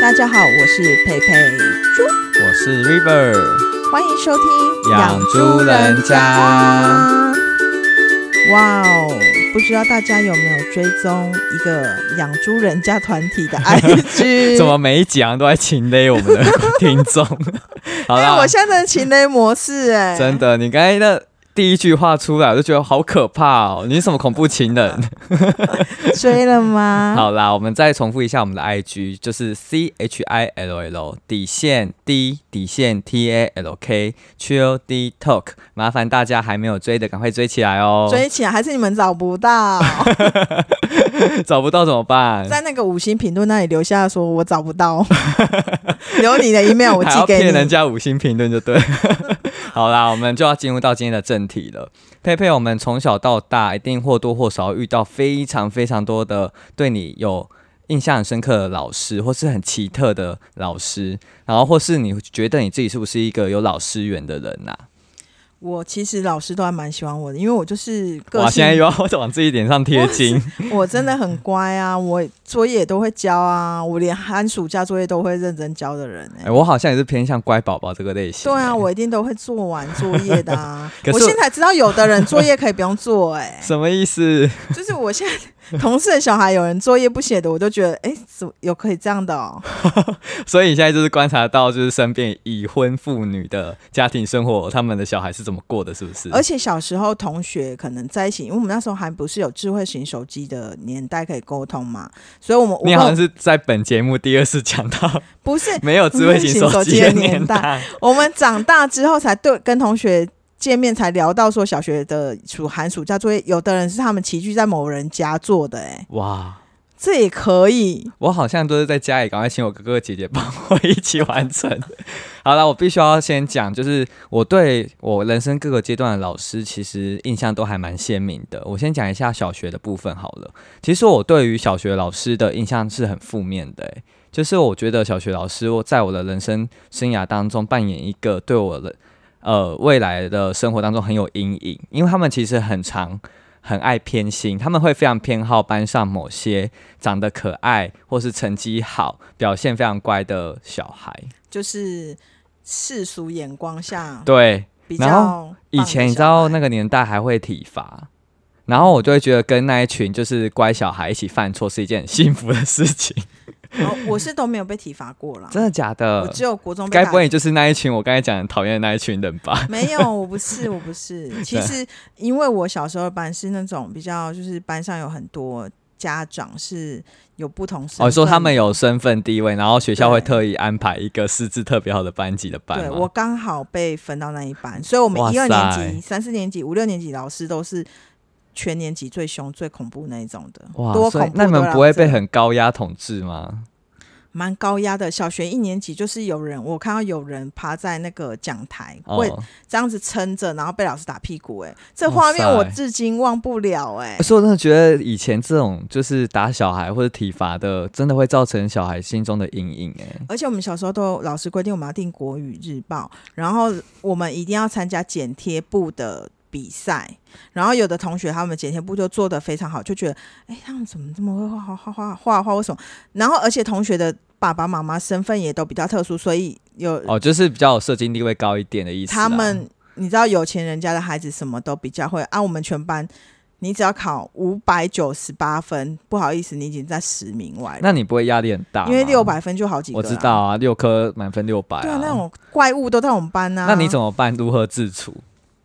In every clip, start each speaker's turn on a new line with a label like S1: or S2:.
S1: 大家好，我是佩佩猪，
S2: 我是 River，
S1: 欢迎收听
S2: 养猪人家。
S1: 哇哦，不知道大家有没有追踪一个养猪人家团体的 IG？
S2: 怎么每一集好像都在请勒我们的 听众？好
S1: 哎、
S2: 啦，
S1: 我现在的情雷模式哎、
S2: 真的，你刚才那第一句话出来，我就觉得好可怕哦！你是什么恐怖情
S1: 啊
S2: 人？
S1: 追了吗？
S2: 好啦，我们再重复一下我们的 IG，就是 C H I L L 底线 D 底线 T A L K Chill D Talk，麻烦大家还没有追的赶快追起来哦！
S1: 追起来还是你们找不 到，
S2: 找不到怎么办？
S1: 在那个五星评论那里留下说我找不 到，留你的 email 我
S2: 还
S1: 寄
S2: 要
S1: 给
S2: 骗人
S1: 你。
S2: 家五星评论就对。 好啦，我们就要进入到今天的正题了。佩佩，我们从小到大一定或多或少遇到非常非常多的对你有印象很深刻的老师，或是很奇特的老师，然后或是你觉得你自己是不是一个有老师缘的人呐、啊
S1: 我其实老师都还蛮喜欢我的，因为我就是个
S2: 哇，现在
S1: 性
S2: 又要往自己脸上贴 金，
S1: 我真的很乖啊，
S2: 嗯
S1: 我作业也都会交啊，我连寒暑假作业都会认真交的人、欸
S2: 哎、。我好像也是偏向乖宝宝这个类型、
S1: 对啊，
S2: 哎
S1: 我一定都会做完作业的啊
S2: 。可是
S1: 我
S2: 我
S1: 现在才知道，有的人作业可以不用做、 欸，
S2: 什么意思？
S1: 就是我现在同事的小孩有人作业不写的，我都觉得，哎、怎么有可以这样的哦？
S2: 所以你现在就是观察到，就是身边已婚妇女的家庭生活，他们的小孩是怎么过的，是不是？
S1: 而且小时候同学可能在一起，因为我们那时候还不是有智慧型手机的年代可以沟通嘛，所以我们我
S2: 你好像
S1: 们
S2: 是在本节目第二次讲到
S1: 不是
S2: 没有智慧型手机的年代，
S1: 我们长大之后才对跟同学见面才聊到说小学的暑寒暑假作业，有的人是他们齐聚在某人家做的、哎，
S2: 哇！
S1: 这也可以。
S2: 我好像都是在家里赶快请我哥哥姐姐帮我一起完成。 好了，我必须要先讲，就是我对我人生各个阶段的老师，其实印象都还蛮鲜明的。我先讲一下小学的部分好了。其实我对于小学老师的印象是很负面的、欸，就是我觉得小学老师我在我的人生生涯当中扮演一个对我的呃未来的生活当中很有阴影，因为他们其实很常很爱偏心，他们会非常偏好班上某些长得可爱或是成绩好、表现非常乖的小孩。
S1: 就是世俗眼光下
S2: 对，
S1: 比
S2: 然
S1: 较
S2: 以前你知道那个年代还会体罚，然后我就会觉得跟那一群就是乖小孩一起犯错是一件很幸福的事情。
S1: 棒的小孩，哦我是都没有被体罚过啦，
S2: 真的假
S1: 我
S2: 的？
S1: 只有国中被
S2: 呃该
S1: 打
S2: 不会你就是那一群我刚才讲很讨厌的那一群人吧？
S1: 没有，我不是，我不 是。其实，因为我小时候的班是那种比较，就是班上有很多家长是有不同身份。
S2: 哦，说他们有身份地位，然后学校会
S1: 对
S2: 特意安排一个师资特别好的班级的班
S1: 对
S2: 吗
S1: 我刚好被分到那一班，所以我们
S2: 哇
S1: 一二年级、
S2: 塞
S1: 三四年级、五六年级老师都是全年级最凶、最恐怖那一种的。
S2: 哇，
S1: 多
S2: 所以
S1: 恐怖！
S2: 那你们不会
S1: 多
S2: 被
S1: 让人
S2: 很高压统治吗？
S1: 蛮高压的。小学一年级就是有人，我看到有人趴在那个讲台，会
S2: 哦，
S1: 这样子撑着，然后被老师打屁股、哎，这
S2: 哇
S1: 画面
S2: 塞
S1: 我至今忘不了、哎。
S2: 所以我真的觉得以前这种就是打小孩或者体罚的，真的会造成小孩心中的阴影、欸。
S1: 而且我们小时候都有老师规定我们要订国语日报，然后我们一定要参加剪贴部的比赛。然后有的同学他们剪贴部就做的非常好，就觉得哎，他们怎么这么会画画画画画画？为什么？然后而且同学的爸爸妈妈身份也都比较特殊，所以有、
S2: 哦，就是比较有社经地位高一点的意思啦。
S1: 他
S2: 啊
S1: 们，你知道有钱人家的孩子什么都比较会啊。我们全班你只要考五百九十八分，不好意思，你已经在十名外了，
S2: 那你不会压力很大？
S1: 因为六，百分就好几个
S2: 我
S1: 啦。
S2: 知道啊，六科满分六百、
S1: 对啊，那种怪物都在我们班啊。
S2: 那你怎么办？如何自处？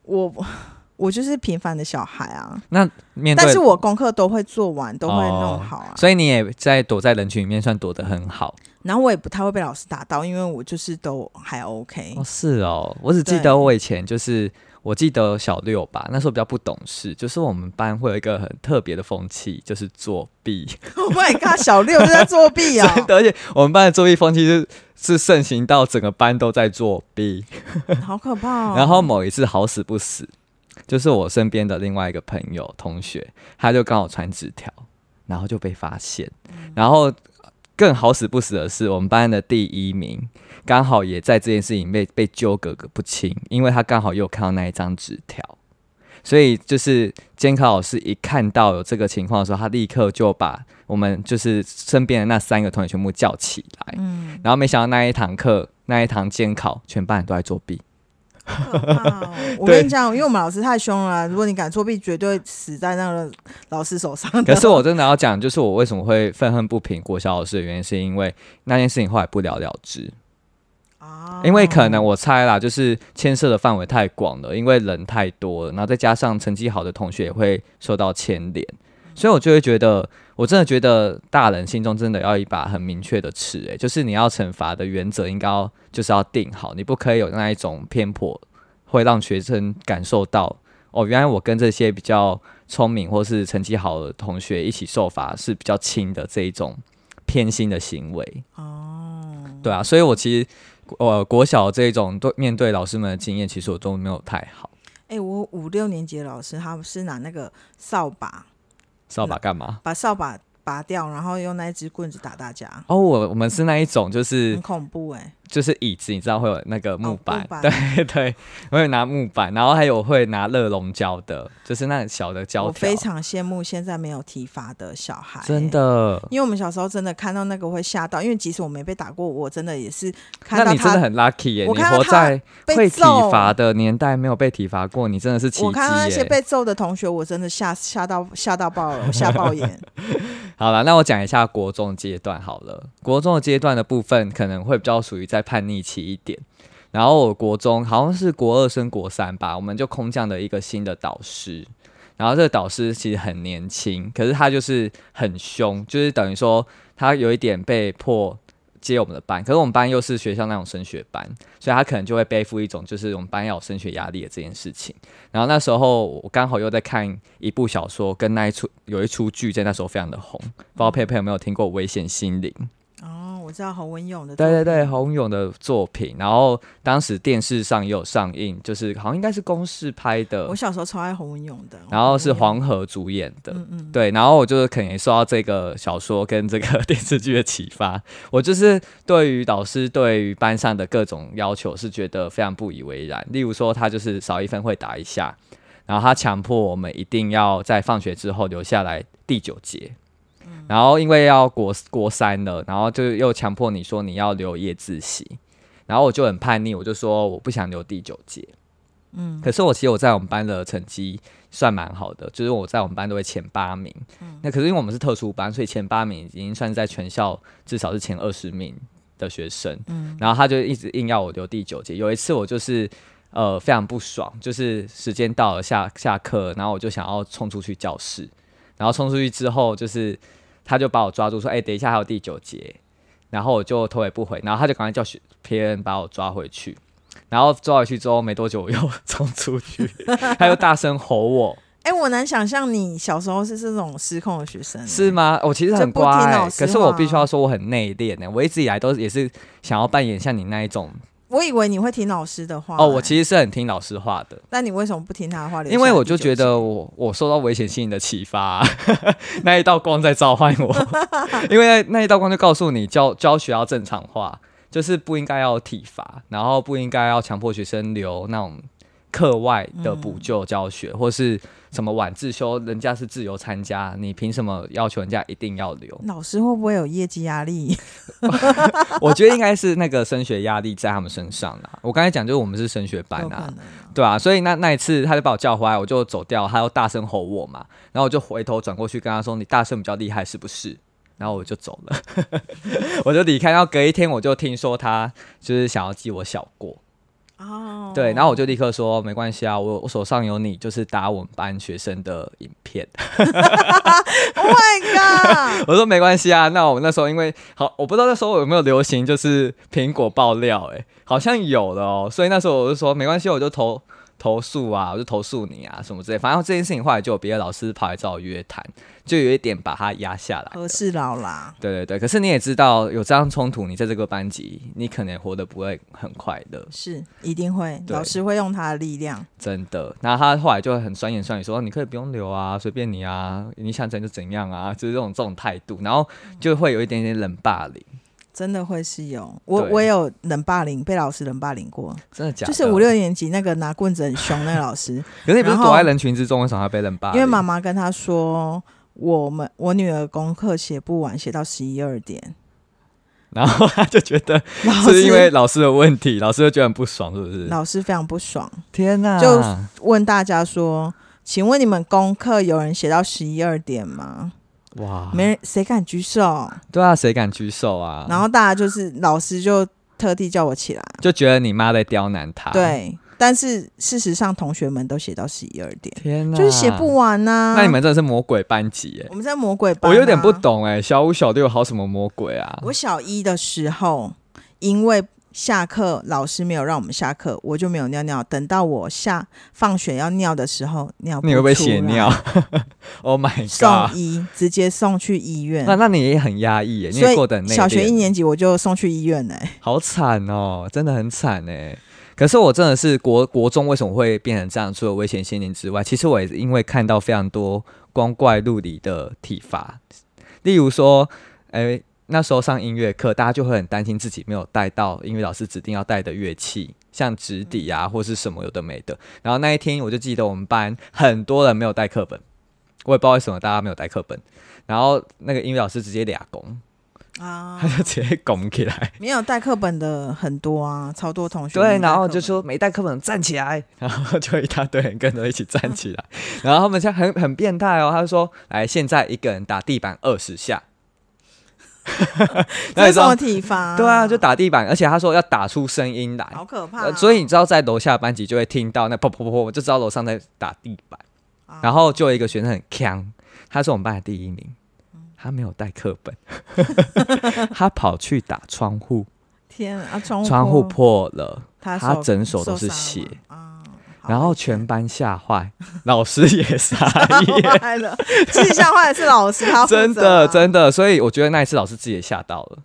S1: 我 我就是平凡的小孩啊，
S2: 那面对，
S1: 但是我功课都会做完，都会弄
S2: 哦
S1: 好啊。
S2: 所以你也在躲在人群里面算躲得很好。
S1: 然后我也不太会被老师打到，因为我就是都还 OK
S2: 哦，。是哦，我只记
S1: 对
S2: 得我以前就是，我记得小六吧，那时候比较不懂事，就是我们班会有一个很特别的风气，就是作弊。
S1: Oh my god，小六就在作弊啊、
S2: 真的，而且我们班的作弊风气是是盛行到整个班都在作弊。
S1: 好可怕、哦。
S2: 然后某一次好死不死，就是我身边的另外一个朋友同学，他就刚好传纸条，然后就被发现。
S1: 嗯
S2: 然后更好死不死的是，我们班的第一名刚好也在这件事情被被纠葛个不清，因为他刚好又看到那一张纸条。所以就是监考老师一看到有这个情况的时候，他立刻就把我们就是身边的那三个同学全部叫起来，
S1: 嗯，
S2: 然后没想到那一堂课那一堂监考，全班人都在作弊。
S1: 好可怕 哦我
S2: 对
S1: 跟你讲，因为我们老师太凶了啊，如果你敢作弊，绝对死在那个老师手 上的。
S2: 可是我真的要讲，就是我为什么会愤恨不平国小老师的原因，是因为那件事情后来不了了之。
S1: 啊
S2: 因为可能我猜啦，就是牵涉的范围太广了，因为人太多了，然后再加上成绩好的同学也会受到牵连，所以我就会觉得，我真的觉得大人心中真的要一把很明确的尺、欸，就是你要惩罚的原则应该要就是要定好，你不可以有那一种偏颇，会让学生感受到哦，原来我跟这些比较聪明或是成绩好的同学一起受罚是比较轻的这一种偏心的行为。
S1: 哦，
S2: 对啊，所以我其实呃国小这一种对面对老师们的经验，其实我都没有太好。
S1: 哎、我五六年级的老师他们是拿那个扫把
S2: 扫把干嘛？
S1: 把扫把拔掉，然后用那一只棍子打大家，
S2: 哦，我我们是那一种，就是
S1: 很恐怖哦哎、
S2: 就是椅子，你知道会有那个木板，
S1: 木板
S2: 对对，我会拿木板，然后还有会拿热熔胶的，就是那小的胶条，
S1: 我非常羡慕现在没有体罚的小孩、欸
S2: 真。的。
S1: 因为我们小时候真的看到那个会吓到，因为即使我没被打过，我真的也是看
S2: 那
S1: 到
S2: 你真的
S1: 他
S2: 很 lucky 耶、
S1: 我
S2: 你
S1: 看到
S2: 活
S1: 他
S2: 在会
S1: 被
S2: 体
S1: 揍，
S2: 罚的年代，没有被体罚过，你真的是奇迹
S1: 我看到那
S2: 耶、
S1: 些被揍的同学，我真的吓吓到吓到爆了，我吓爆 眼。
S2: 好了，那我讲一下国中阶段好了。国中的阶段的部分可能会比较属于在叛逆期一点。然后我国中好像是国二升国三吧，我们就空降了一个新的导师。然后这个导师其实很年轻，可是他就是很凶，就是等于说他有一点被迫接我们的班，可是我们班又是学校那种升学班，所以他可能就会背负一种就是我们班要有升学压力的这件事情。然后那时候我刚好又在看一部小说，跟那一出有一出剧在那时候非常的红，不知
S1: 嗯
S2: 道佩佩有没有听过《危险心灵》？
S1: 哦，我知道侯文勇的，
S2: 对对对，，洪勇的作品。然后当时电视上也有上映，就是好像应该是公视拍的
S1: 我，小时候超爱侯文勇的。
S2: 然后是
S1: 侯文
S2: 黄河主演的。
S1: 勇，嗯嗯，
S2: 对，然后我就是可能也受到这个小说跟这个 电视剧的启发，我就是对于老师对于班上的各种要求是觉得非常不以为然。例如说，他就是少一分会打一下，然后他强迫我们一定要在放学之后留下来第九节。然后因为要国国三了，然后就又强迫你说你要留夜自习，然后我就很叛逆，我就说我不想留第九节。嗯，可是我其实我在我们班的成绩算蛮好的，就是我在我们班都会前八名。那可是因为我们是特殊班，所以前八名已经算是在全校至少是前二十名的学生。嗯，然后他就一直硬要我留第九节。有一次我就是呃非常不爽，就是时间到了下下课，然后我就想要冲出去教室，然后冲出去之后就是他就把我抓住说：“哎、等一下还有第九节。”然后我就头也不回，然后他就赶快叫学别人把我抓回去。然后抓回去之后没多久，我又冲出去， 他又大声吼我，
S1: 哎、我难想象你小时候是这种失控的学生、
S2: 是
S1: 哎
S2: 吗？哦我其实
S1: 就
S2: 很
S1: 不
S2: 乖、
S1: 听老师
S2: 可是我必须
S1: 话
S2: 要说我很内敛呢。我一直以来都也是想要扮演像你那一种
S1: 我以为你会听老师的话、
S2: 哦，我
S1: 实，
S2: 其实是很听老师话的，
S1: 那你为什么不听他的话？留
S2: 因为
S1: 下来
S2: 我就
S1: 第
S2: 觉
S1: 九
S2: 得
S1: 集，
S2: 我我受到危险性的启发、 那一道光在召唤 我，因为那一道光就告诉你教教学要正常化，就是不应该要体罚，然后不应该要强迫学生留那种课外的补
S1: 嗯
S2: 救教学，或是什么晚自修，人家是自由参加，你凭什么要求人家一定要留？
S1: 老师会不会有业绩压力？
S2: 我觉得应该是那个升学压力在他们身上啦。我刚才讲就是我们是升学班
S1: 有可
S2: 啊
S1: 能，
S2: 对啊，所以那那一次他就把我叫回来，我就走掉，他又大声吼我嘛，然后我就回头转过去跟他说：“你大声比较厉害是不是？”然后我就走了， 我就离开。然后隔一天我就听说他就是想要记我小过，
S1: 哦，
S2: 对，然后我就立刻说没关系啊，我我手上有你就是打我们班学生的影片，
S1: Oh my god！
S2: 我说没关系啊，那我们那时候因为好，我不知道那时候有没有流行就是苹果爆料、欸，好像有的哦，所以那时候我就说没关系，我就投投诉啊，我就投诉你啊什么之类，反正这件事情后来就有别的老师跑来找我约谈，就有一点把他压下来。
S1: 和事佬啦，
S2: 对对对，可是你也知道，有这样冲突，你在这个班级，你可能活得不会很快乐，
S1: 是一定会，
S2: 对
S1: 老师会用他的力量。
S2: 真的。那他后来就很酸言酸语说：“你可以不用留啊，随便你啊，你想怎样就怎样啊，就是这种这种态度，然后就会有一点点冷霸凌。
S1: 真的会是有。我
S2: 对
S1: 我有冷霸凌，被老师冷霸凌过，
S2: 真的假
S1: 就
S2: 的？
S1: 是五六，年级那个拿棍子很凶那个老 师，
S2: 可是你不是
S1: 然后
S2: 躲在人群之中，为什么要被人霸凌？
S1: 因为妈妈跟他说，我们我女儿功课写不完，写到十一二点，
S2: 然后他就觉 得
S1: 老师
S2: 是因为老师的问题，老师就觉得很不爽，是不是？
S1: 老师非常不爽，
S2: 天哪、
S1: 就问大家说。请问你们功课有人写到十一二点吗？
S2: 哇，
S1: 没人，谁敢举手？
S2: 对啊，谁敢举手啊？
S1: 然后大家就是老师就特地叫我起来，
S2: 就觉得你妈在刁难他。，
S1: 对。但是事实上，同学们都写到十一二点，
S2: 天哪、
S1: 就是写不、完啊呐、
S2: 那你们真的是魔鬼班级哎、
S1: 我们在魔鬼班、啊
S2: 我有点不。懂哎、小五小六好什么魔鬼啊？
S1: 我小一的时候，因为下课老师没有让我们下课，我就没有尿尿。等到我下放学要尿的时候，尿
S2: 你会不会
S1: 不出
S2: 血
S1: 来
S2: 尿 ？Oh my
S1: 送
S2: god！
S1: 医，直接送去医院
S2: 那。那你也很压抑耶，你
S1: 所
S2: 也过得很
S1: 以
S2: 内
S1: 小学一
S2: 敛啊
S1: 年级我就送去医院呢、
S2: 好惨哦，真的很惨哎。可是我真的是国国中为什么会变成这样？除了危险心灵之外，其实我也是因为看到非常多光怪陆离的体罚，例如说，哎、那时候上音乐课，大家就会很担心自己没有带到音乐老师指定要带的乐器，像纸笛啊或是什么有的没的。然后那一天我就记得我们班很多人没有带课本，我也不知道为什么大家没有带课本。然后那个音乐老师直接俩拱，
S1: 啊
S2: 他，就直接拱起来。
S1: 没有带课本的很多啊，超多同学没带课
S2: 对，
S1: 本。
S2: 然后就说没带课本站起来， 然后就一大堆人跟着一起站起来，然后他们现在很很变态哦，他就说来现在一个人打地板二十下，
S1: 这
S2: 那你
S1: 是
S2: 知
S1: 什么
S2: 道？
S1: 体罚？
S2: 对啊，就打地板，而且他说要打出声音来，
S1: 好可怕哦、
S2: 呃所以你知道在楼下班级就会听到那砰砰砰，我就知道楼上在打地板，
S1: 啊
S2: 然后就有一个学生很强，他是我们班的第一名，他没有带课 本，他跑去打窗户，
S1: 天啊，啊窗户
S2: 窗户
S1: 破
S2: 破了。
S1: 他
S2: 他
S1: 手
S2: 整手都是
S1: 受伤
S2: 血
S1: 了啊，好
S2: 然后
S1: 危
S2: 全班吓坏， 老师也傻眼，
S1: 险坏了，其实吓坏的是老师，他负责啊
S2: 真的真的。所以我觉得那一次老师自己也吓到了。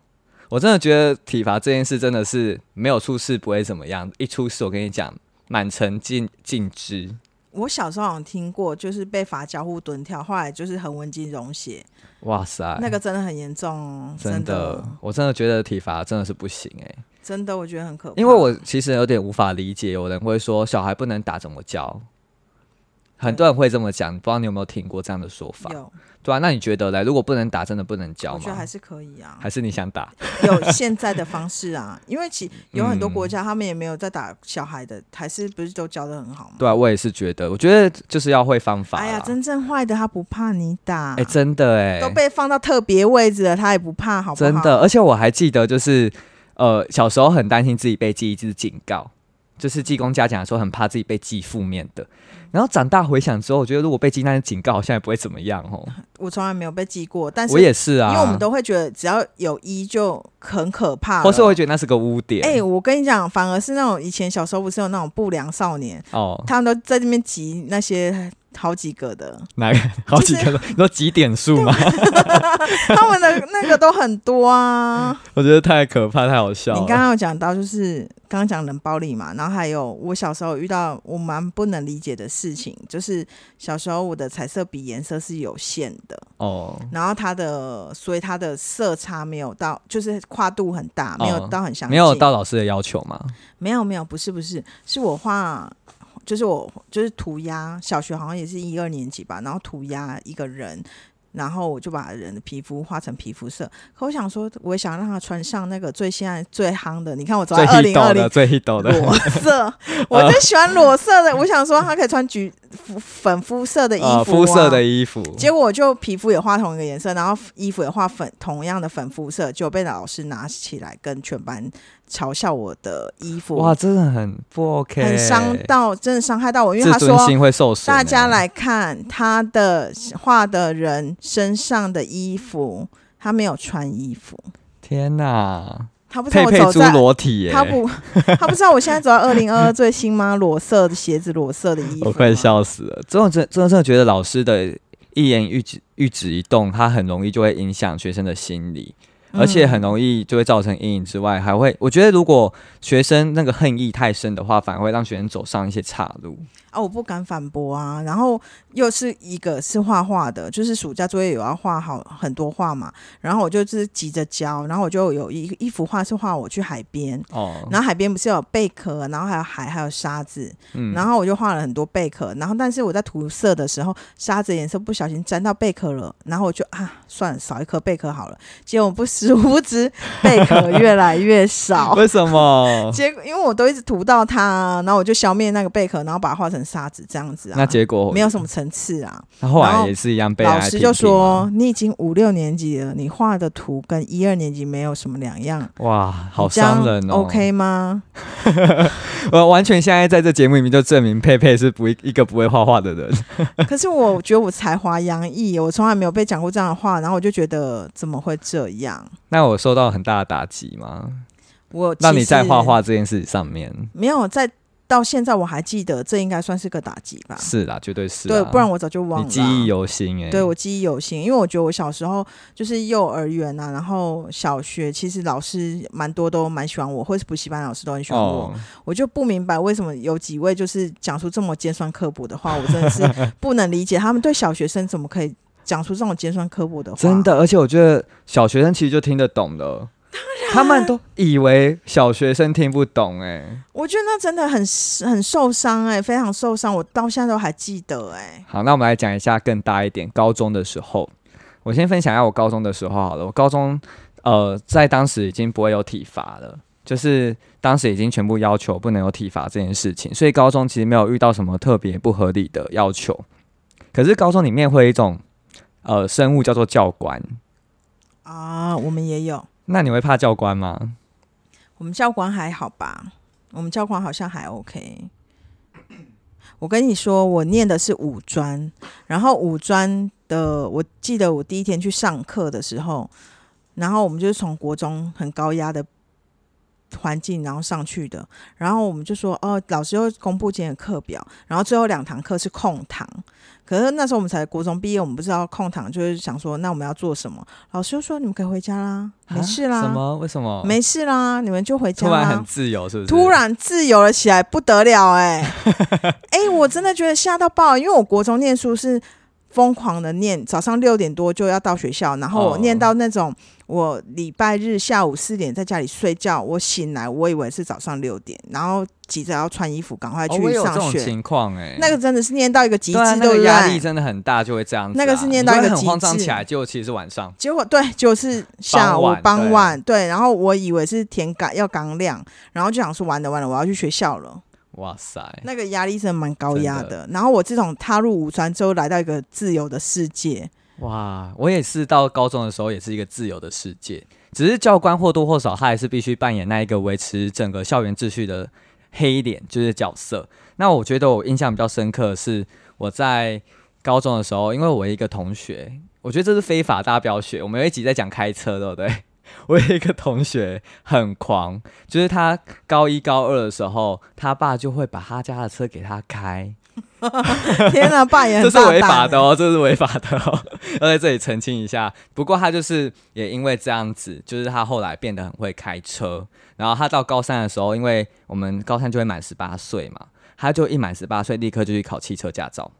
S2: 我真的觉得体罚这件事真的是没有出事不会怎么样，一出事我跟你讲，满城尽尽知。
S1: 我小时候好像听过，就是被罚交互蹲跳，后来就是横纹肌溶血，
S2: 哇塞，
S1: 那个真的很严重哦，
S2: 哎真
S1: 真的
S2: 我真的觉得体罚真的是不行哎、
S1: 真的我觉得很可怕，
S2: 因为我其实有点无法理解，有人会说小孩不能打怎么教，很多人会这么讲，不知道你有没有听过这样的说法？
S1: 有，
S2: 对啊，那你觉得嘞？如果不能打，真的不能教
S1: 我觉得
S2: 吗
S1: 还？是可以啊，
S2: 还是你想打？
S1: 有现在的方式 啊，因为其有很多国
S2: 嗯
S1: 家他们也没有在打小孩的，还是不是都教的很好吗？
S2: 对啊，我也是觉得，我觉得就是要会方法啦。
S1: 哎呀，真正坏的他不怕你打，
S2: 哎、真的哎、
S1: 都被放到特别位置了，他也不怕，好不好？
S2: 真的，而且我还记得，就是呃，小时候很担心自己被记一次警告，就是记公嘉奖的时候，很怕自己被记负面的。然后长大回想之后，我觉得如果被记那些警告，好像也不会怎么样哦。
S1: 我从来没有被记过，但是
S2: 我也是啊，
S1: 因为我们都会觉得只要有一就很可怕了，
S2: 或是我会觉得那是个污点。
S1: 哎、我跟你讲，反而是那种以前小时候不是有那种不良少年，
S2: 哦，
S1: 他们都在那边集那些好几个的，
S2: 哪个 好几个？你说几点数吗？
S1: 他们的那个都很多啊。
S2: 我觉得太可怕，太好 笑
S1: 你刚
S2: 了。
S1: 刚有讲到，就是刚刚讲冷暴力嘛，然后还有我小时候遇到我蛮不能理解的事情，就是小时候我的彩色笔颜色是有限的，
S2: 哦，
S1: 然后它的所以它的色差没有到，就是跨度很大，没有
S2: 哦
S1: 到很相近，
S2: 没有到老师的要求吗？
S1: 没有没有，不是不是，是我画，就是我就是涂鸦，小学好像也是一二年级吧，然后涂鸦一个人，然后我就把人的皮肤画成皮肤色。可我想说，我想让他穿上那个最现在最夯的，你看我走
S2: 最
S1: 在二
S2: 一
S1: 零
S2: 抖
S1: 二
S2: 的，
S1: 零。
S2: 最一抖的。
S1: 裸色，
S2: 呃
S1: 我最喜欢裸色的。我想说，他可以穿橘肤粉肤色的衣服、啊
S2: 呃，肤色的衣服，
S1: 结果我就皮肤也画同一个颜色，然后衣服也画粉同样的粉肤色，就被老师拿起来跟全班嘲笑我的衣服。
S2: 哇，真的很不 OK，
S1: 很伤到，真的伤害到我，因为
S2: 自
S1: 他
S2: 尊
S1: 说
S2: 心会受损欸。
S1: 大家来看他的画的人身上的衣服，他没有穿衣服，
S2: 天哪，
S1: 他不知道
S2: 佩
S1: 我
S2: 佩
S1: 走
S2: 猪
S1: 在。
S2: 裸体耶、
S1: 他不，他不知道我现在走在二零二二最新吗？裸色的鞋子，裸色的衣服，
S2: 我快。笑死了。这种真真的真的觉得老师的一言一举一举一动，他很容易就会影响学生的心理。
S1: 嗯
S2: 而且很容易就会造成阴影之外，还会我觉得如果学生那个恨意太深的话，反而会让学生走上一些岔路。
S1: 啊，我不敢反驳啊。然后又是一个是画画的，就是暑假作业有要画好很多画嘛，然后我就是急着交，然后我就有一一幅画是画我去海边，
S2: 哦，
S1: 然后海边不是有贝壳，然后还有海，还有沙子，
S2: 嗯
S1: 然后我就画了很多贝壳，然后但是我在涂色的时候，沙子颜色不小心沾到贝壳了，然后我就啊，算了，少一颗贝壳好了。结果不殊不知贝壳越来越少，
S2: 为什么？
S1: 结果因为我都一直涂到它，啊然后我就消灭那个贝壳，然后把它画成沙子这样子啊，
S2: 那结果
S1: 没有什么层次啊。
S2: 那后
S1: 然
S2: 来
S1: 后
S2: 也是一样被
S1: 老
S2: 爱
S1: 师
S2: 批
S1: 就
S2: 评吗
S1: 说你已经五六年级了，你画的图跟一二年级没有什么两样。
S2: 哇，好
S1: 你这样
S2: 伤人哦。
S1: OK 吗？
S2: 我呃完全现在在这节目里面就证明佩佩是不一一个不会画画的人。
S1: 可是我觉得我才华洋溢，我从来没有被讲过这样的话，然后我就觉得怎么会这样？
S2: 那我受到很大的打击吗？
S1: 我
S2: 让
S1: 其
S2: 你在
S1: 实
S2: 画画这件事上面
S1: 没有在到现在我还记得，这应该算是个打击吧？
S2: 是啦，绝对是啦。
S1: 对，不然我早就忘了啊。
S2: 你记忆犹新哎。
S1: 对我记忆犹新，因为我觉得我小时候就是幼儿园啊，然后小学，其实老师蛮多都蛮喜欢我，或是补习班老师都很喜欢我。
S2: 哦，
S1: 我就不明白为什么有几位就是讲出这么尖酸刻薄的话，我真的是 不能理解他们对小学生怎么可以讲出这种尖酸刻薄的话。
S2: 真的，而且我觉得小学生其实就听得懂了。
S1: 啊
S2: 他们都以为小学生听不懂哎、
S1: 我觉得那真的很很受伤哎、非常受伤，我到现在都还记得哎、
S2: 好，那我们来讲一下更大一点，高中的时候。我先分享一下我高中的时候好了，我高中呃在当时已经不会有体罚了，就是当时已经全部要求不能有体罚这件事情，所以高中其实没有遇到什么特别不合理的要求。可是高中里面会有一种呃生物叫做教官，
S1: 啊，我们也有，
S2: 那你会怕教官吗？
S1: 我们教官还好吧？我们教官好像还 OK。我跟你说，我念的是五专，然后五专的，我记得我第一天去上课的时候，然后我们就是从国中很高压的环境，然后上去的，然后我们就说，哦，老师又公布今天的课表，然后最后两堂课是空堂，可是那时候我们才国中毕业，我们不知道空堂，就是想说，那我们要做什么？老师就说，你们可以回家啦，没事啦，
S2: 啊什么？为什么？
S1: 没事啦，你们就回家
S2: 哦突然很
S1: 啦。
S2: 自由是不是？
S1: 突然自由了起来，不得了哎、 哎、我真的觉得吓到爆，因为我国中念书是疯狂的念，早上六点多就要到学校，然后我
S2: 哦
S1: 念到那种、我礼拜日下午四点在家里睡觉，我醒来我以为是早上六点，然后急着要穿衣服赶快
S2: 哦
S1: 去
S2: 我有这
S1: 上
S2: 种
S1: 学，
S2: 情况哎、
S1: 那个真的是念到一个极致，
S2: 对啊，那
S1: 不
S2: 个
S1: 对？
S2: 压力真的很大，就会这样子啊、
S1: 那个是念到一个
S2: 你就会很慌
S1: 极
S2: 张
S1: 致
S2: 起来，结果其实是晚上。
S1: 结果对，就是下午
S2: 傍晚
S1: 傍晚对，然后我以为是天刚要刚亮，然后就想说完了完了，我要去学校了。
S2: 哇塞，
S1: 那个压力真的蛮高压
S2: 欸真
S1: 的。然后我自从踏入五专之后，来到一个自由的世 界，
S2: 哇！我也是到高中的时候，也是一个自由的世界，只是教官或多或少他还是必须扮演那一个维持整个校园秩序的黑脸，就是角色。那我觉得我印象比较深刻的是我在高中的时候，因为我有一个同学，我觉得这是非法，大家不要学。我们有一集在讲开车，对不对？ 我有一个同学很狂，就是他高一高二的时候，他爸就会把他家的车给他开，
S1: 天哪，爸也很
S2: 这是
S1: 大
S2: 违法
S1: 胆
S2: 的
S1: 欸。
S2: 哦，这 是违法的哦， 要在这里澄清一下。不过他就是也因为这样子，就是他后来变得很会开车。然后他到高三的时候，因为我们高三就会满十八岁嘛，他就一满十八岁立刻就去考汽车驾照。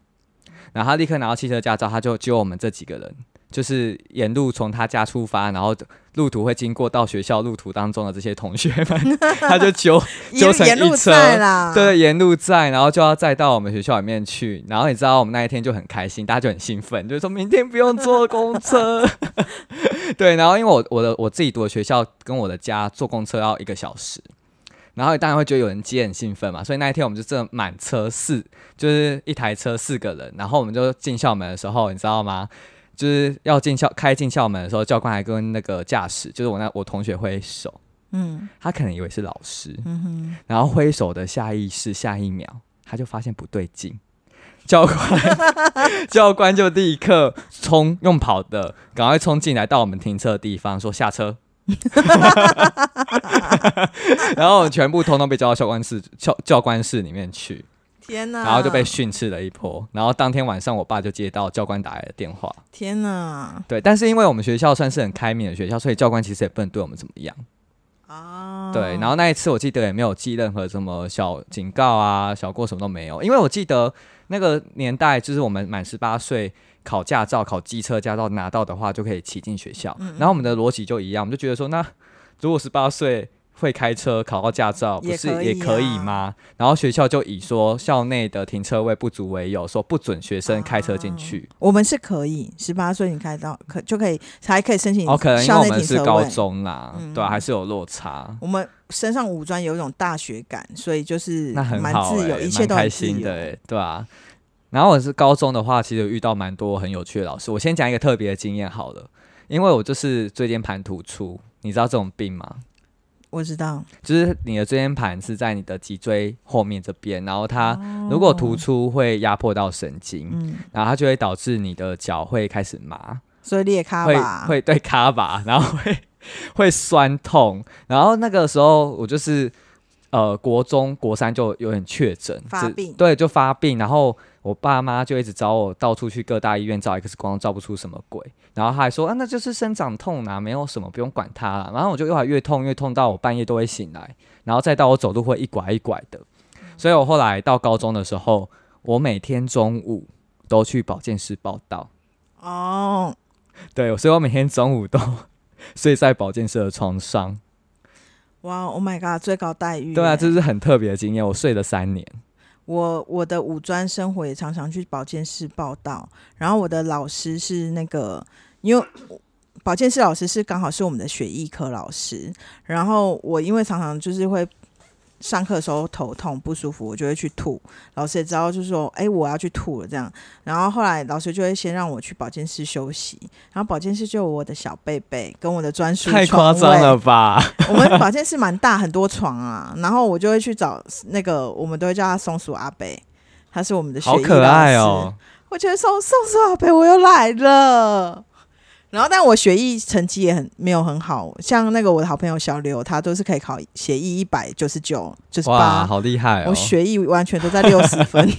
S2: 然后他立刻拿到汽车驾照，他就只有我们这几个人，就是沿路从他家出发，然后路途会经过到学校路途当中的这些同学 们，他就揪
S1: 一
S2: 纠
S1: 路
S2: 成
S1: 沿路
S2: 一车
S1: 在啦，，
S2: 对，沿路载，然后就要载到我们学校里面去。然后你知道，我们那一天就很开心，大家就很兴奋，就是说明天不用坐公车。对，然后因为我我的我自己读的学校跟我的家坐公车要一个小时，然后当然会觉得有人接很兴奋嘛，所以那一天我们就真的满车四，就是一台车四个人。然后我们就进校门的时候，你知道吗？就是要进校开进校门的时候，教官还跟那个驾驶，就是我那我同学挥手，
S1: 嗯
S2: 他可能以为是老师，
S1: 嗯哼，
S2: 然后挥手的下意识，下一秒他就发现不对劲，教官 教官就立刻冲用跑的，赶快冲进来到我们停车的地方，说下车。 然后我们全部通通被叫到教官室教教官室里面去，
S1: 天哪！
S2: 然后就被训斥了一波。然后当天晚上，我爸就接到教官打来的电话。
S1: 天哪
S2: 对，但是因为我们学校算是很开明的学校，所以教官其实也不能对我们怎么样。
S1: 啊！
S2: 对，然后那一次我记得也没有记任何什么小警告啊、小过什么都没有，因为我记得那个年代就是我们满十八岁考驾照、考机车驾照拿到的话就可以骑进学校，
S1: 嗯
S2: 然后我们的逻辑就一样，我们就觉得说，那如果十八岁会开车考到驾照，不
S1: 也
S2: 是
S1: 可
S2: 也
S1: 以
S2: 可以
S1: 啊
S2: 吗？然后学校就以说校内的停车位不足为由，说不准学生开车
S1: 啊
S2: 进去。
S1: 我们是可以，十八岁你开到可就可以，才可以申请
S2: 哦，可能因为
S1: 校
S2: 我
S1: 内
S2: 们
S1: 停
S2: 是
S1: 车
S2: 高
S1: 位。嗯
S2: 中啦，对啊、还是有落差。
S1: 我们身上武装有一种大学感，所以就是
S2: 那很
S1: 蛮
S2: 好、欸，
S1: 自由，一切
S2: 蛮
S1: 都
S2: 开
S1: 很自
S2: 心
S1: 由
S2: 的、。欸，对啊。然后我是高中的话，其实有遇到蛮多很有趣的老师。我先讲一个特别的经验好了，因为我就是椎间盘突出，你知道这种病吗？
S1: 我知道，
S2: 就是你的椎间盘是在你的脊椎后面这边，然后它如果突出会压迫到神经，
S1: 哦嗯，
S2: 然后它就会导致你的脚会开始麻，
S1: 所以裂开
S2: 会
S1: 吧，
S2: 会对卡吧，然后会会酸痛，然后那个时候我就是呃国中国三就有点确诊，
S1: 发
S2: 只
S1: 病
S2: 对，就发病，然后我爸妈就一直找我到处去各大医院照 X 光，照不出什么鬼，然后他还说啊那就是生长痛啊，没有什么不用管它啦，然后我就越来越痛，越痛到我半夜都会醒来，然后再到我走路会一拐一拐的，
S1: 嗯
S2: 所以我后来到高中的时候，我每天中午都去保健室报道。
S1: 哦，
S2: 对，所以我每天中午都 睡在保健室的床上。
S1: 哇，Oh my god，最高待遇耶。欸
S2: 对啊，这是很特别的经验。我睡了三年，
S1: 我我的五专生活也常常去保健室报道，然后我的老师是那个，因为保健室老师是刚好是我们的血液科老师，然后我因为常常就是会上课的时候头痛不舒服，我就会去吐，老师也知道就是说，哎、我要去吐了这样，然后后来老师就会先让我去保健室休息，然后保健室就有我的小贝贝跟我的专属
S2: 太
S1: 床
S2: 夸
S1: 位
S2: 张了吧？
S1: 我们保健室蛮大，很多床啊，然后我就会去找那个，我们都会叫他松鼠阿贝，他是我们的学
S2: 好
S1: 艺
S2: 可
S1: 老
S2: 爱
S1: 师
S2: 哦！！
S1: 我觉得松松鼠阿贝我又来了。然后，但我学艺成绩也很没有很好，像那个我的好朋友小刘，他都是可以考协议一百九十九、九十
S2: 哇，
S1: 八，
S2: 好厉害哦！
S1: 我学艺完全都在六十 分，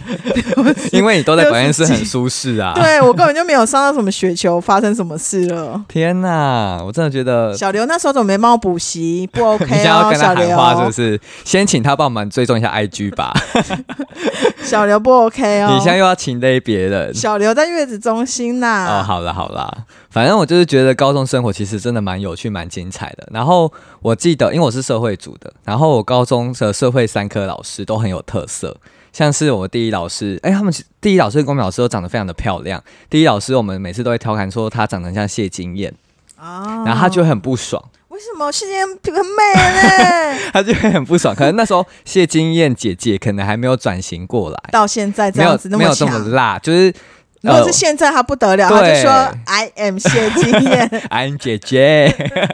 S2: 因为你都在
S1: 六
S2: 保健
S1: 十
S2: 室很
S1: 几
S2: 舒适啊。
S1: 对我根本就没有上到什么雪球，发生什么事了。
S2: 天哪，我真的觉得
S1: 小刘那时候怎么没帮我补习？不 OK
S2: 呃 你现在要
S1: 哦，
S2: 跟
S1: 小
S2: 他喊话是
S1: 刘
S2: 不，是？先请他帮我们追踪一下 IG 吧。
S1: 小刘不 OK 哦。
S2: 你现在又要请勒别 人。
S1: 小刘在月子中心呐、
S2: 哦，好啦好啦，反正我就是觉得高中生活其实真的蛮有趣、蛮精彩的。然后我记得，因为我是社会组的，然后我高中的社会三科老师都很有特色，像是我第一老师，哎、他们其第一老师跟公民老师都长得非常的漂亮。第一老师我们每次都会调侃说她长得很像谢金燕，
S1: 啊
S2: 然后她就会很不爽，
S1: 为什么世界很美呢？
S2: 她就会很不爽。可能那时候谢金燕姐姐可能还没有转型过来，
S1: 到现在这
S2: 没
S1: 样
S2: 有
S1: 子那
S2: 没
S1: 么
S2: 有这
S1: 强，
S2: 么辣，就是
S1: 如
S2: 呃
S1: 果是现在他不得了，他
S2: 对
S1: 就说 I am 谢金 燕，
S2: 安姐姐，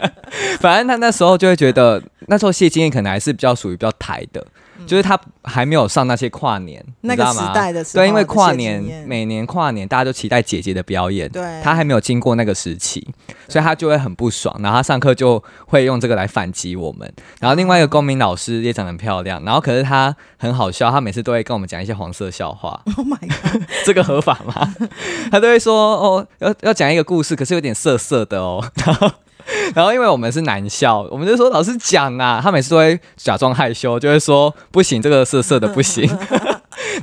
S2: 反正他那时候就会觉得，那时候谢金燕可能还是比较属于比较台的，就是他还没有上那些跨年，
S1: 嗯那个
S2: 你知
S1: 时
S2: 道吗
S1: 代的时候，
S2: 对，因为跨
S1: 谢金
S2: 年
S1: 燕
S2: 每年跨年大家都期待姐姐的表演，
S1: 对，
S2: 他还没有经过那个时期，所以他就会很不爽，然后他上课就会用这个来反击我们。然后另
S1: 哦
S2: 外一个公民老师也长得很漂亮，然后可是他很好笑，他每次都会跟我们讲一些黄色笑话，
S1: Oh my god，
S2: 这个合法吗？他都会说哦，要要讲一个故事，可是有点涩涩的哦。 然后，然后因为我们是男校，我们就说老师讲啊，他每次都会假装害羞，就会说不行，这个涩涩的不行。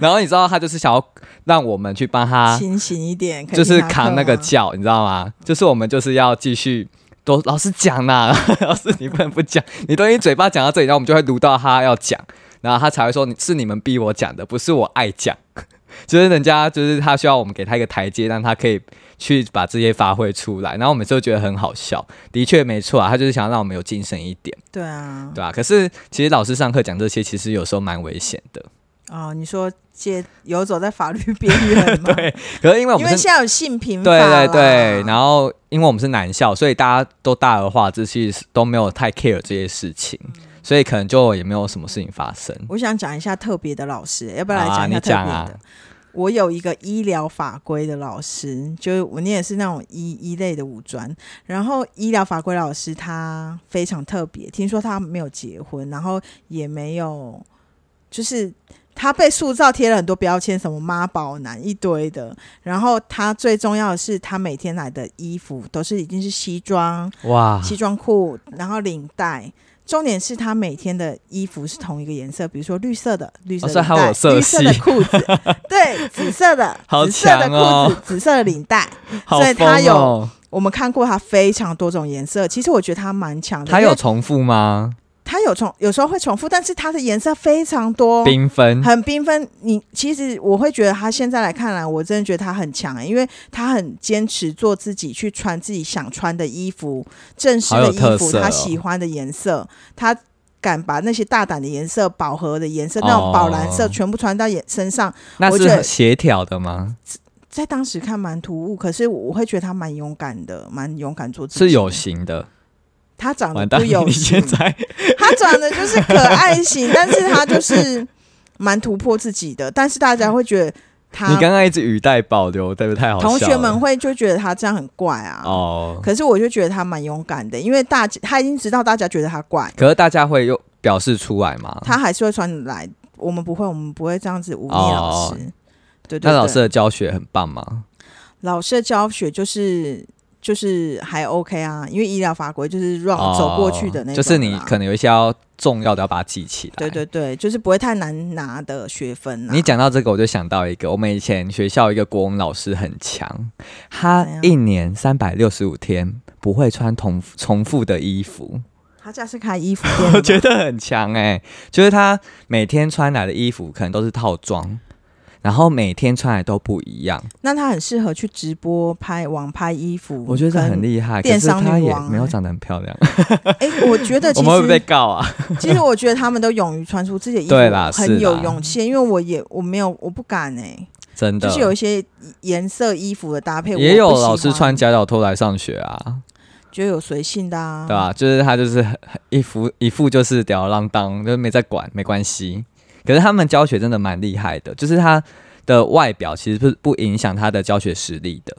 S2: 然后你知道他就是想要让我们去帮他，
S1: 清醒一点，可以
S2: 啊
S1: 啊
S2: 就是
S1: 听他
S2: 扛那
S1: 课
S2: 个
S1: 吗
S2: 教，你知道吗？就是我们就是要继续。都老师讲呐、 老师你不能不讲，你都已经嘴巴讲到这里，然后我们就会读到他要讲，然后他才会说你是你们逼我讲的，不是我爱讲。 就是人家就是他需要我们给他一个台阶，让他可以去把这些发挥出来。然后我们就觉得很好笑，的确没错啊，他就是想让我们有精神一点，
S1: 对啊
S2: 对，吧、可是其实老师上课讲这些，其实有时候蛮危险的。
S1: 哦，你说借游走在法律边缘吗？
S2: 对，可是因为我
S1: 因
S2: 们
S1: 为
S2: 是。
S1: 现在有性平法
S2: 对
S1: 啦，
S2: 对对，然后因为我们是男校，所以大家都大而化之，其实都没有太 care 这些事情，
S1: 嗯
S2: 所以可能就也没有什么事情发生。
S1: 我想讲一下特别的老师，要不然来
S2: 啊，
S1: 讲一下特
S2: 你
S1: 别的。
S2: 讲啊，
S1: 我有一个医疗法规的老师，就是我念的是那种医医类的五专，然后医疗法规老师他非常特别，听说他没有结婚，然后也没有就是他被塑造贴了很多标签，什么妈宝男一堆的。然后他最重要的是，他每天来的衣服都是已经是西装、
S2: 哇，
S1: 西装裤，然后领带。重点是他每天的衣服是同一个颜色，比如说绿色的绿色
S2: 哦
S1: 领
S2: 所以还有
S1: 带、
S2: 色
S1: 绿色的
S2: 系
S1: 裤子， 对，紫色的，
S2: 好
S1: 紫色的
S2: 强哦
S1: 裤子，紫色的领带。
S2: 好
S1: 所以他
S2: 疯
S1: 有
S2: 哦！
S1: 我们看过他非常多种颜色，其实我觉得他蛮强的。
S2: 他
S1: 因为
S2: 有重复吗？
S1: 它有重，有时候会重复，但是它的颜色非常多，
S2: 缤纷
S1: 哦很缤纷。你其实我会觉得他现在来看来，我真的觉得他很强、欸因为他很坚持做自己，去穿自己想穿的衣服，正式
S2: 好
S1: 的
S2: 有特
S1: 衣服，
S2: 色哦
S1: 他喜欢的颜色，他。敢把那些大胆的颜色、饱和的颜色、那种
S2: 哦
S1: 宝蓝色全部穿到眼身上，
S2: 那
S1: 我觉得
S2: 是协调的吗？
S1: 在当时看蛮突兀，可是我会觉得他蛮勇敢的，蛮勇敢做自己。
S2: 是有型的，
S1: 他长得
S2: 完蛋！
S1: 不有
S2: 你现
S1: 型，
S2: 在
S1: 他长得就是可爱型，但是他就是蛮突破自己的，但是大家会觉得
S2: 你
S1: 他
S2: 刚刚一直语带保留，对不对？太好笑
S1: 同
S2: 了
S1: 学们会就觉得他这样很怪啊。
S2: 哦，
S1: 可是我就觉得他蛮勇敢的，因为大家他已经知道大家觉得他怪，
S2: 可是大家会又表示出来吗？
S1: 他还是会穿来。我们不会，我们不会这样子忤逆老师。对对对，
S2: 哦那老师的教学很棒吗？
S1: 老师的教学就是就是还 OK 啊，因为医疗法规就是 run、
S2: 哦
S1: 走过去的那种啦，
S2: 就是你可能有一些要重要的要把它记起来。
S1: 对对对，就是不会太难拿的学分、啊。
S2: 你讲到这个，我就想到一个，我们以前学校有一个国文老师很强，他
S1: 怎样
S2: 一年三百六十五天不会穿同重复的衣服，
S1: 他家是开衣服店
S2: 我
S1: 的
S2: 觉得很强哎、就是他每天穿来的衣服可能都是套装，然后每天穿来都不一样，
S1: 那他很适合去直播拍网拍衣服，
S2: 我觉得这很厉害。可
S1: 电
S2: 是
S1: 商
S2: 他
S1: 女
S2: 也
S1: 王欸
S2: 没有长得很漂亮，
S1: 害。哎、我觉得
S2: 我
S1: 其
S2: 们会不会被
S1: 实
S2: 告啊？
S1: 其实我觉得他们都勇于穿出自己的衣服，
S2: 对啦是
S1: 很
S2: 啦
S1: 有勇气。因为我也我没有我不敢哎、
S2: 真的，
S1: 就是有一些颜色衣服的搭配，
S2: 也有
S1: 我不喜欢
S2: 老师穿，夹脚拖来上学啊，
S1: 觉得有随性的啊，
S2: 对吧、就是他就是很很一副一副就是吊儿郎当，就是没在管，没关系。可是他们教学真的蛮厉害的，就是他的外表其实不不影响他的教学实力的。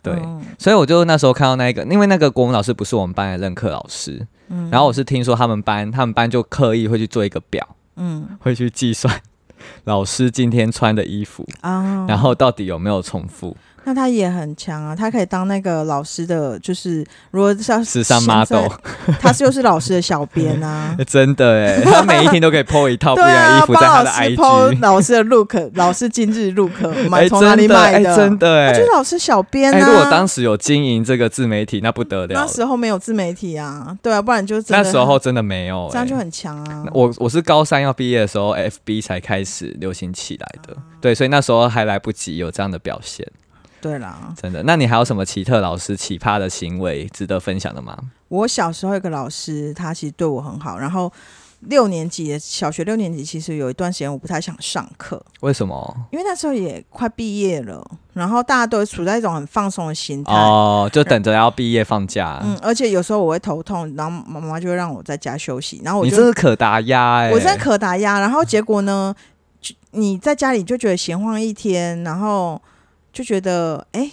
S2: 对，
S1: 嗯
S2: 所以我就那时候看到那个，因为那个国文老师不是我们班的任课老师，
S1: 嗯
S2: 然后我是听说他们班，他们班就刻意会去做一个表，
S1: 嗯
S2: 会去计算 老师今天穿的衣服，
S1: 啊，
S2: 然后到底有没有重复。
S1: 那他也很强啊，他可以当那个老师的，就是如果像
S2: 时尚
S1: 现在
S2: model。
S1: 他就是老师的小编啊
S2: 真的哎，他每一天都可以 po 一套不一
S1: 对
S2: 样的
S1: 啊
S2: 衣，服在他
S1: 帮
S2: 的
S1: 老师
S2: IG
S1: PO。老师的 look，老师今日 look，我
S2: 哎，
S1: 们从哪里
S2: 真的
S1: 买
S2: 哎真的
S1: 他
S2: 哎
S1: 就是。老师小编啊。
S2: 哎，如果当时有经营这个自媒体，那不得了
S1: 那
S2: 了。
S1: 时候没有自媒体啊，对啊，不然就真
S2: 那
S1: 的
S2: 时候真的没有
S1: 这
S2: 哎
S1: 样。就很强啊。
S2: 我我是高三要毕业的时候，FB 才开始流行起来的，
S1: 哦
S2: 对，所以那时候还来不及有这样的表现，
S1: 对啦，
S2: 真的。那你还有什么奇特老师奇葩的行为值得分享的吗？
S1: 我小时候有个老师，他其实对我很好，然后。六年级的小学六年级，其实有一段时间我不太想上课，
S2: 为什么？
S1: 因为那时候也快毕业了，然后大家都处在一种很放松的心态。
S2: 哦，啊就等着要毕业放假。
S1: 嗯，而且有时候我会头痛，然后妈妈就会让我在家休息，然后我
S2: 你
S1: 就
S2: 真是可达鸭哎！
S1: 我在可达鸭，然后结果呢，就你在家里就觉得闲晃一天，然后就觉得哎、诶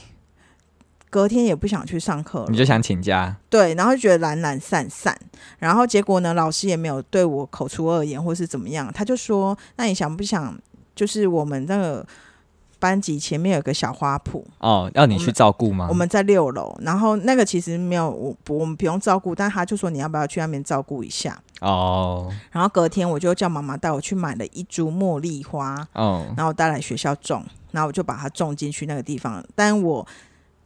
S1: 隔天也不想去上课了，
S2: 你就想请假。
S1: 对，然后就觉得懒懒散散，然后结果呢，老师也没有对我口出恶言或是怎么样，他就说，那你想不想就是我们那个班级前面有个小花圃，
S2: 哦，要你去照顾吗？
S1: 我们在六楼，然后那个其实没有我不我们不用照顾，但他就说你要不要去那边照顾一下。
S2: 哦，
S1: 然后隔天我就叫妈妈带我去买了一株茉莉花，
S2: 哦，
S1: 然后带来学校种，然后我就把它种进去那个地方。但我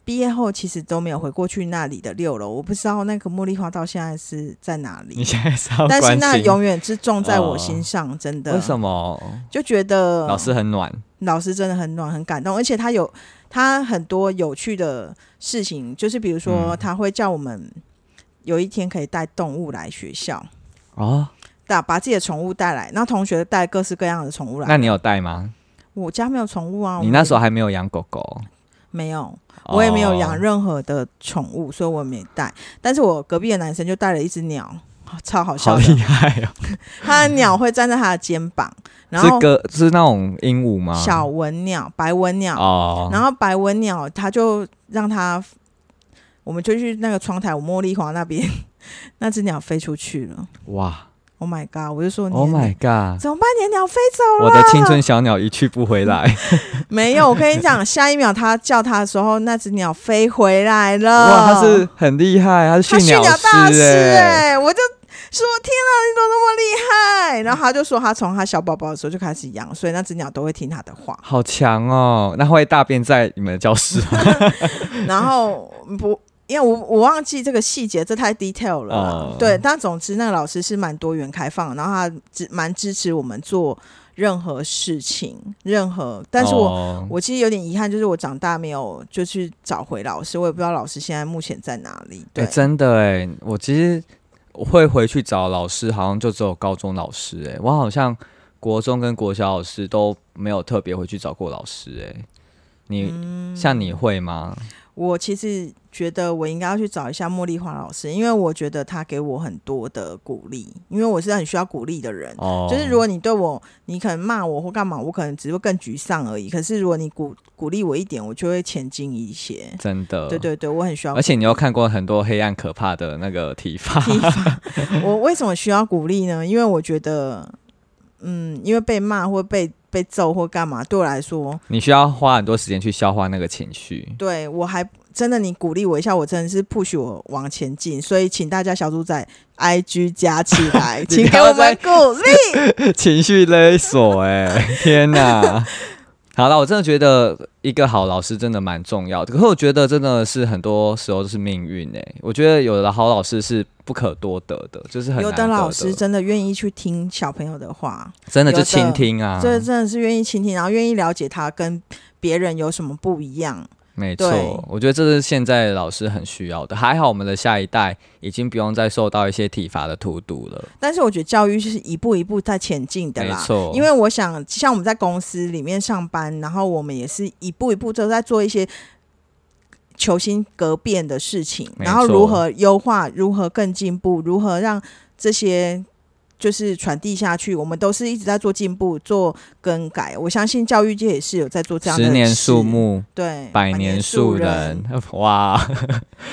S1: 毕业后其实都没有回过去那里的六楼，我不知道那个茉莉花到现在是在哪
S2: 你
S1: 里。
S2: 现在是要
S1: 但是
S2: 关
S1: 那
S2: 心
S1: 永远是种在我心上，真的。
S2: 为什么？
S1: 就觉得
S2: 老师很暖，
S1: 老师真的很暖，很感动，而且他有他很多有趣的事情，就是比如说
S2: 嗯
S1: 他会叫我们有一天可以带动物来学校，
S2: 哦，
S1: 带把自己的宠物带来，那同学带各式各样的宠物来。
S2: 那你有带吗？
S1: 我家没有宠物啊，
S2: 你
S1: 我
S2: 那时候还没有养狗狗，
S1: 没有，我也没有养
S2: 哦
S1: 任何的宠物，所以我没带。但是我隔壁的男生就带了一只鸟，啊超好笑
S2: 好
S1: 的，
S2: 厉害哦！
S1: 他的鸟会站在他的肩膀，然
S2: 是
S1: 后
S2: 鸽，是那种鹦鹉吗？
S1: 小文鸟、白文鸟，
S2: 哦，
S1: 然后白文鸟它就让它， 我们就去那个窗台，我茉莉花那边，那只鸟飞出去了。
S2: 哇，
S1: Oh my god！我就说你
S2: Oh my god！
S1: 怎么办？你的鸟飞走了。
S2: 我的青春小鸟一去不 回来。
S1: 没有，我跟你讲，下一秒他叫他的时候，那只鸟飞回来了。
S2: 哇，他是很厉害，他是
S1: 他
S2: 驯
S1: 驯呃鸟
S2: 鸟
S1: 大师
S2: 哎、
S1: 哎、我就说天啊，你怎么那么厉害？然后他就说他从他小宝宝的时候就开始养，所以那只鸟都会听他的话。
S2: 好强哦！那会大便在你们的教室吗？
S1: 然 后不。因为我我忘记这个细节，这太 detail 了啦。
S2: 哦
S1: 对，但总之那个老师是蛮多元开放，然后他支蛮支持我们做任何事情，任何。 但是我、
S2: 哦
S1: 我其实有点遗憾，就是我长大没有就去找回老师，我也不知道老师现在目前在哪里。对，
S2: 欸真的哎、我其实我会回去找老师，好像就只有高中老师哎、我好像国中跟国小老师都没有特别回去找过老师哎、你、
S1: 嗯
S2: 像你会吗？
S1: 我其实觉得我应该要去找一下茉莉花老师，因为我觉得他给我很多的鼓励，因为我是很需要鼓励的人。
S2: 哦，
S1: 就是如果你对我，你可能骂我或干嘛，我可能只会更沮丧而已。可是如果你鼓鼓励我一点，我就会前进一些。
S2: 真的
S1: 对。对对，我很需要
S2: 呃而。且你又看过很多黑暗可怕的那个体罚，
S1: 我为什么需要鼓励呢？因为我觉得，嗯，因为被骂或被被揍或干嘛，对我来说，
S2: 你需要花很多时间去消化那个情绪。
S1: 对我还真的，你鼓励我一下，我真的是 push 我往前进，所以请大家小猪仔 IG 加起 来，请给我们鼓励。
S2: 情绪勒索、哎，天哪！好了，我真的觉得一个好老师真的蛮重要的。可是我觉得真的是很多时候都是命运哎、我觉得有的好老师是不可多得的，就是很
S1: 有
S2: 难得
S1: 的
S2: 的
S1: 老师真的愿意去听小朋友的话，
S2: 真的
S1: 有
S2: 就
S1: 的
S2: 倾听啊，
S1: 这真的是愿意倾听，然后愿意了解他跟别人有什么不一样。
S2: 没
S1: 对
S2: 错。我觉得这是现在老师很需要的。还好我们的下一代已经不用再受到一些体罚的荼毒了，
S1: 但是我觉得教育是一步一步在前进的
S2: 没
S1: 啦。
S2: 错。
S1: 因为我想，像我们在公司里面上班，然后我们也是一步一步都在做一些求新革变的事情，
S2: 没错
S1: 然后如何优化，如何更进步，如何让这些就是传递下去，我们都是一直在做进步、做更改。我相信教育界也是有在做这样的
S2: 十年
S1: 事
S2: 树，木，
S1: 对，
S2: 百年树人
S1: 人。，
S2: 哇！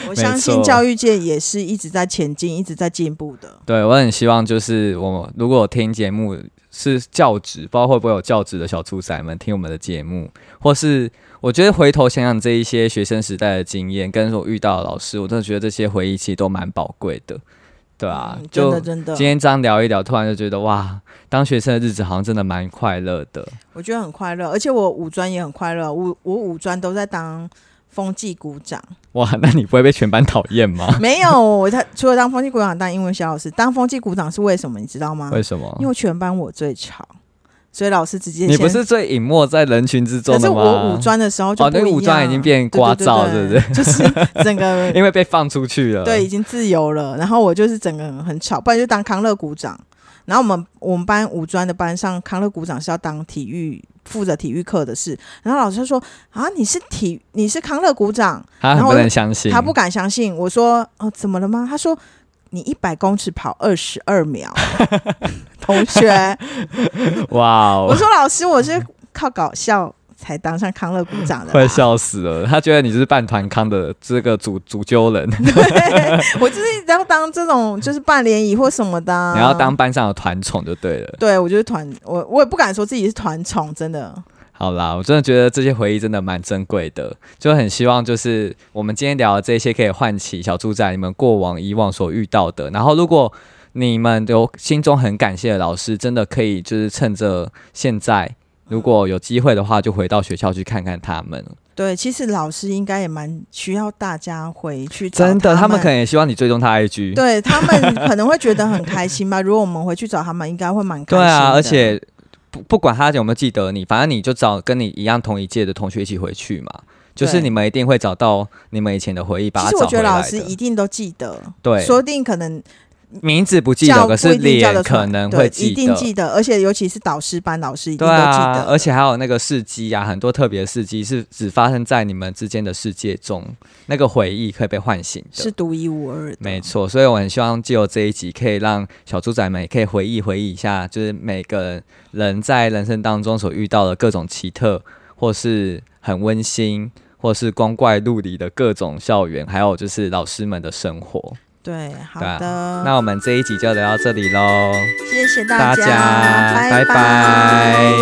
S1: 我相
S2: 没
S1: 信
S2: 错
S1: 教育界也是一直在前进、一直在进步的。
S2: 对，我很希望就是我如果有听节目是教职，不知道会不会有教职的小猪仔们听我们的节目，或是我觉得回头想想这一些学生时代的经验，跟我遇到的老师，我真的觉得这些回忆其实都蛮宝贵的，对啊，
S1: 嗯真
S2: 就
S1: 的真的
S2: 今，天这样聊一聊，突然就觉得哇，当学生的日子好像真的蛮快乐的，
S1: 我觉得很快乐，而且我五专也很快乐，我我五专都在当风纪股长，
S2: 哇，那你不会被全班讨厌吗？
S1: 没有我他除了当风纪股长，当英文小老师，当风纪股长是为什么？你知道吗？
S2: 为什
S1: 因
S2: 么？
S1: 为全班我最吵，所以老师直接
S2: 你不
S1: 先
S2: 是最隐没在人群之
S1: 可
S2: 中
S1: 是
S2: 的吗？
S1: 我五专的时候就
S2: 哦
S1: 不
S2: 那
S1: 一
S2: 个
S1: 样，
S2: 五专已经变
S1: 对
S2: 瓜照
S1: 对
S2: 对
S1: 对？就是整个
S2: 因为被放出去了，
S1: 对，已经自由了。然后我就是整个人很吵，不然就当康乐股长。然后我们我们班五专的班上，康乐股长是要当体育负责体育课的事。然后老师就说啊，你是体你是康乐股长，
S2: 他
S1: 然
S2: 很
S1: 后
S2: 不能相信，
S1: 他不敢相信。我说哦，怎么了吗？他说你一百公尺跑二十二 秒，同学。
S2: 哇哦
S1: 我，说老师，我是靠搞笑才当上康乐股长的
S2: 快
S1: 啦。
S2: 笑死了！他觉得你是半团康的这个主主揪人，
S1: 嗯
S2: 你
S1: 对，我就是要当这种就是办联谊或什么的、啊。
S2: 要当班上的团宠就对了。
S1: 对，我就是团，我我也不敢说自己是团宠，真的。
S2: 好啦，我真的觉得这些回忆真的蛮珍贵的，就很希望就是我们今天聊的这些可以唤起小猪仔你们过往以往所遇到的。然后，如果你们有心中很感谢的老师，真的可以就是趁着现在，如果有机会的话，就回到学校去看看他们。
S1: 对，其实老师应该也蛮需要大家回去找
S2: 真的，
S1: 他
S2: 他们可能也希望你追踪他 IG。
S1: 对他们可能会觉得很开心吧。如果我们回去找他们，应该会蛮开
S2: 对
S1: 心的。
S2: 啊，而且不不管他有没有记得你，反正你就找跟你一样同一届的同学一起回去嘛，就是
S1: 对
S2: 你们一定会找到你们以前的回忆，把
S1: 其
S2: 它
S1: 实我
S2: 找
S1: 觉
S2: 回
S1: 得老
S2: 来
S1: 师一
S2: 的。
S1: 定都记得，
S2: 对，
S1: 说不定可能
S2: 名字不记
S1: 叫
S2: 得，可是
S1: 不一定叫
S2: 脸
S1: 得出来
S2: 可能
S1: 对
S2: 会记
S1: 一定
S2: 得。
S1: 记得，而且尤其是导师班老师一定
S2: 对
S1: 都记得。
S2: 啊，而且还有那个事迹啊，很多特别的事迹是只发生在你们之间的世界中，那个回忆可以被唤醒的。
S1: 是独一无二的，
S2: 没错，所以我很希望借由这一集，可以让小猪仔们也可以回忆回忆一下，就是每个人在人生当中所遇到的各种奇特，或是很温馨，或是光怪陆离的各种校园，还有就是老师们的生活。
S1: 对，好
S2: 对啊
S1: 的，
S2: 那我们这一集就聊到这里喽，
S1: 谢谢
S2: 大
S1: 家，拜
S2: 拜拜